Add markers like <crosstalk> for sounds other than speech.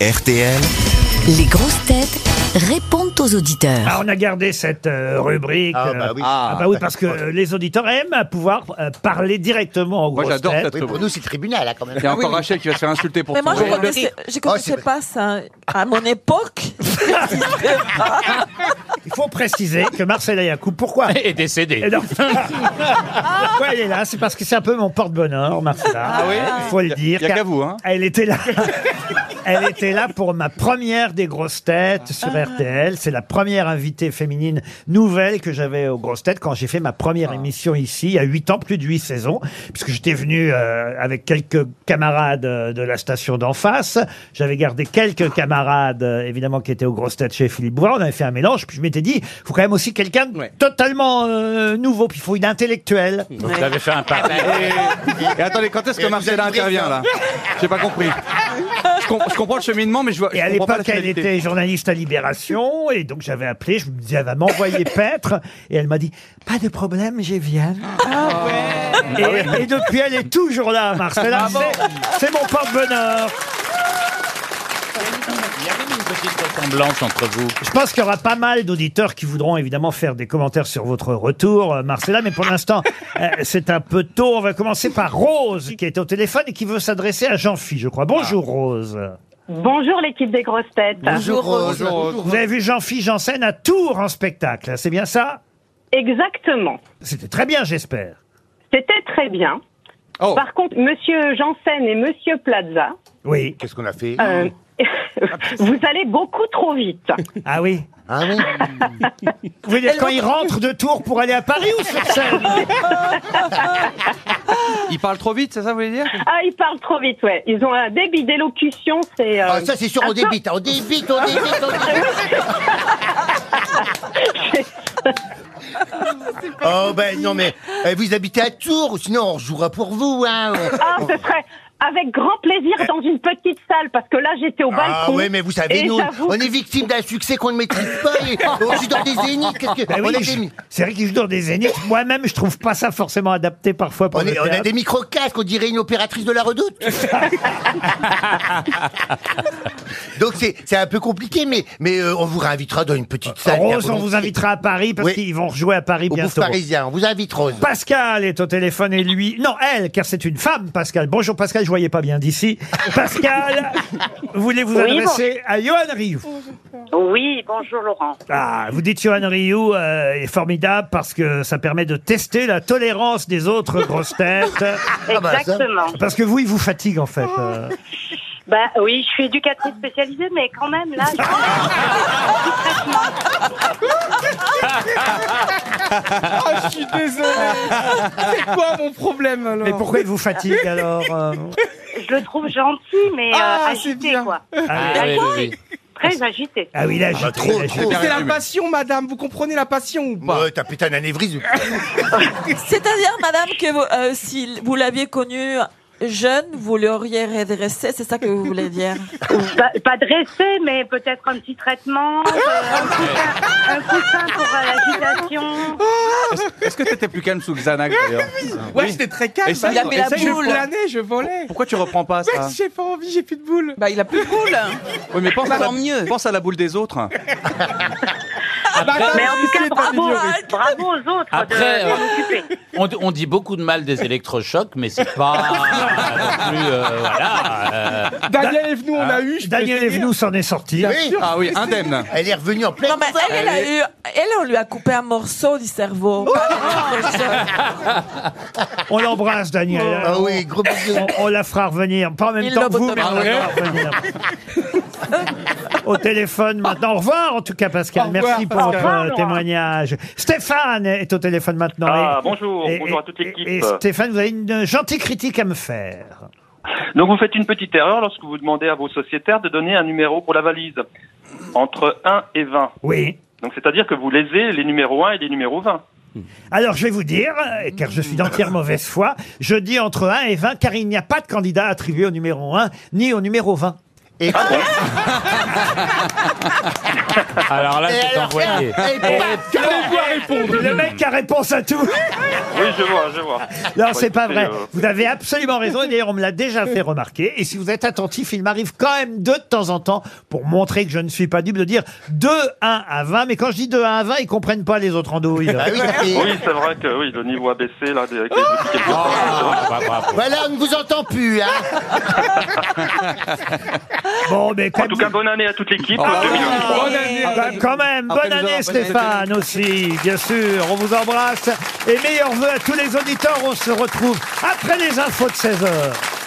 RTL. Les grosses têtes répondent aux auditeurs. Ah, on a gardé cette euh, rubrique. Ah, euh, bah oui. ah, bah oui, parce que euh, les auditeurs aiment à pouvoir euh, parler directement aux Moi, grosses j'adore têtes. cette Oui, pour rubrique. nous, c'est tribunal, là, quand même. Il y a encore Rachel qui va se faire insulter pour Ah Mais moi, tout. je Ouais. connaissais, je connaissais Ah, c'est- pas ça. À mon <laughs> époque, Il faut préciser que Marcela Yacoub, <laughs> pourquoi est décédé. Et donc- <laughs> Pourquoi elle est là C'est parce que c'est un peu mon porte-bonheur, Marcela. Ah oui Il faut le dire. Y a car qu'à vous, hein. Elle était là. <laughs> Elle était là pour ma première des grosses têtes sur RTL. C'est la première invitée féminine nouvelle que j'avais aux grosses têtes quand j'ai fait ma première émission ici, il y a 8 ans, plus de 8 saisons, puisque j'étais venu euh, avec quelques camarades euh, de la station d'en face. J'avais gardé quelques camarades, euh, évidemment, qui étaient aux grosses têtes chez Philippe Bois. On avait fait un mélange, puis je m'étais dit, il faut quand même aussi quelqu'un de Ouais. totalement euh, nouveau, puis il faut une intellectuelle. Vous avez fait un pari. Et attendez, quand est-ce que Et Marcella vous avez pris intervient, là hein. J'ai pas compris. Je, com- je comprends le cheminement, mais je vois. Et je à comprends pas la l'époque, elle finalité. était journaliste à Libération, et donc j'avais appelé, je me disais, elle va <laughs> m'envoyer paître, et elle m'a dit, pas de problème, j'ai viens. Ah Et, et depuis, elle est toujours là, Marcella. Ah C'est- C'est mon porte-bonheur. Il y avait une petite ressemblance entre vous. Je pense qu'il y aura pas mal d'auditeurs qui voudront évidemment faire des commentaires sur votre retour, euh, Marcella, mais pour l'instant, euh, c'est un peu tôt. On va commencer par Rose, qui est au téléphone et qui veut s'adresser à Jean-Phi, je crois. Bonjour, Ah. Rose. Bonjour l'équipe des grosses têtes. Bonjour, Rose. Vous avez vu Jean-Phi Janssen à Tours en spectacle, hein, c'est bien ça Exactement. C'était très bien, j'espère. C'était très bien. Oh, Par contre, Monsieur Janssen et Monsieur Plaza, Oui. Qu'est-ce qu'on a fait euh, vous allez beaucoup trop <laughs> vite. Ah oui Ah oui Vous voulez dire quand il rentre de Tours pour aller à Paris ou sur <laughs> scène Ben il parle trop vite, c'est ça, vous voulez dire Ah, ils parlent trop vite, ouais. Ils ont un débit d'élocution, c'est. euh, Ah, Ça, c'est sûr, on un peu- débite. hein, On débite, on débite, on <laughs> débite. Oh ben non mais euh, vous habitez à Tours, sinon on jouera pour vous hein. on- Ah, ce serait avec grand plaisir dans une petite salle, parce que là j'étais au balcon. Ah ouais mais vous savez Et nous j'avoue- on est victime d'un succès qu'on ne maîtrise pas. <laughs> et on joue dans des zéniths. Qu'est-ce que Bah oui, on, a je- des, C'est vrai qu'il joue dans des zéniths. Moi-même, je trouve pas ça forcément adapté parfois pour on, le est- on a théâtre. des micro casques, on dirait une opératrice de la Redoute. <laughs> Donc c'est c'est un peu compliqué mais mais euh, on vous réinvitera dans une petite salle. bien Rose, on vous volontiers. invitera à Paris parce Oui. qu'ils vont rejouer à Paris Au bouffe bientôt. parisien, on vous invite Rose. Pascal est au téléphone et lui, non elle, car c'est une femme. Pascal, bonjour Pascal, je voyais pas bien <laughs> d'ici. Pascal, voulez-vous Oui, adresser à Johan Rioux Oui, bonjour Laurent. Ah, vous dites Johan Rioux euh, est formidable parce que ça permet de tester la tolérance des autres grosses <laughs> têtes. Ah bah, ça. Exactement. Parce que vous, il vous fatigue en fait. euh. Bah oui, je suis éducatrice spécialisée, mais quand même, là, je- Ah, je suis désolé. C'est quoi mon problème alors Mais pourquoi il vous fatigue alors euh je le trouve gentil, mais euh, Ah, c'est agité, bien. quoi. ah, oui. Très agité. Ah oui, il agite, bah, trop, il agite. trop. Bien C'est la résumé. passion, madame. Vous comprenez la passion ou pas Ouais, t'as pété un anévrisme. Ah, c'est-à-dire, madame, que vous- euh, si vous l'aviez connu jeune, vous l'auriez redressé, c'est ça que vous voulez dire Pas, pas dressé, mais peut-être un petit traitement, Ah, euh, un, coussin, un coussin pour euh, l'agitation. ah, Est-ce que t'étais plus calme sous Xanax, d'ailleurs Ouais, Oui. j'étais très calme. Bah, Essaye, Il avait la essaye, je boule. Je planais, je volais. Pourquoi tu reprends pas Ouais, ça j'ai pas envie, j'ai plus de boule. <laughs> Bah, il a plus de boule. Oui, mais Bah, pense à, la... Tant mieux. pense à la boule des autres. Madame, Mais en tout ah, c'est cas, pas bravo, euh, mignon. bravo aux autres Après, de euh, s'en occuper. On, on dit beaucoup de mal des électrochocs, mais c'est pas non plus. euh, voilà. euh, Daniel Evenou, on a eu. je peux Daniel te dire. Evenou s'en est sorti. Oui, Ah oui, indemne. elle est revenue en pleine. Non, mais elle, elle a eu, elle, on lui a coupé un morceau du <laughs> cerveau. On l'embrasse, Daniel. Ah oui, gros bisous. On, on la fera revenir. Pas en même Il temps l'a que vous, mais on la botomisé. fera revenir. Au téléphone maintenant. Au revoir en tout cas Pascal. Au revoir, Merci pour Pascal. votre Au euh, revoir. témoignage. Stéphane est au téléphone maintenant. Ah, Et- bonjour, et- bonjour à et- toute l'équipe. Et Stéphane, vous avez une gentille critique à me faire. Donc vous faites une petite erreur lorsque vous demandez à vos sociétaires de donner un numéro pour la valise entre 1 et 20. Oui. Donc c'est-à-dire que vous lésez les numéros 1 et les numéros 20. Alors je vais vous dire, euh, car je suis <laughs> d'entière mauvaise foi, je dis entre 1 et 20 car il n'y a pas de candidat attribué au numéro 1 ni au numéro 20. Et, Alors là, et c'est alors, envoyé. et- et paf, Allez-vous à répondre Le mec qui a réponse à tout. Oui, je vois, je vois. Non, c'est pas vrai. Écoutez, euh, Vous avez absolument raison. Et D'ailleurs, on me l'a déjà fait remarquer. Et si vous êtes attentif, il m'arrive quand même de temps en temps, pour montrer que je ne suis pas dupe, de dire 2, 1 à 20. Mais quand je dis 2, 1 à 20, ils comprennent pas les autres andouilles. Ah oui, et- Oui, c'est vrai que oui, le niveau a baissé là, avec les outils qu'elles ont. Ah, bah, bravo. Voilà, on ne vous entend plus, hein. Bon, mais quand Ah, En tout cas, même, bonne année à toute l'équipe. Ah. Bonne année Ah bah, quand même, bonne Après, nous année aurons- Stéphane aussi, bien sûr, on vous embrasse et meilleurs vœux à tous les auditeurs, on se retrouve après les infos de 16h.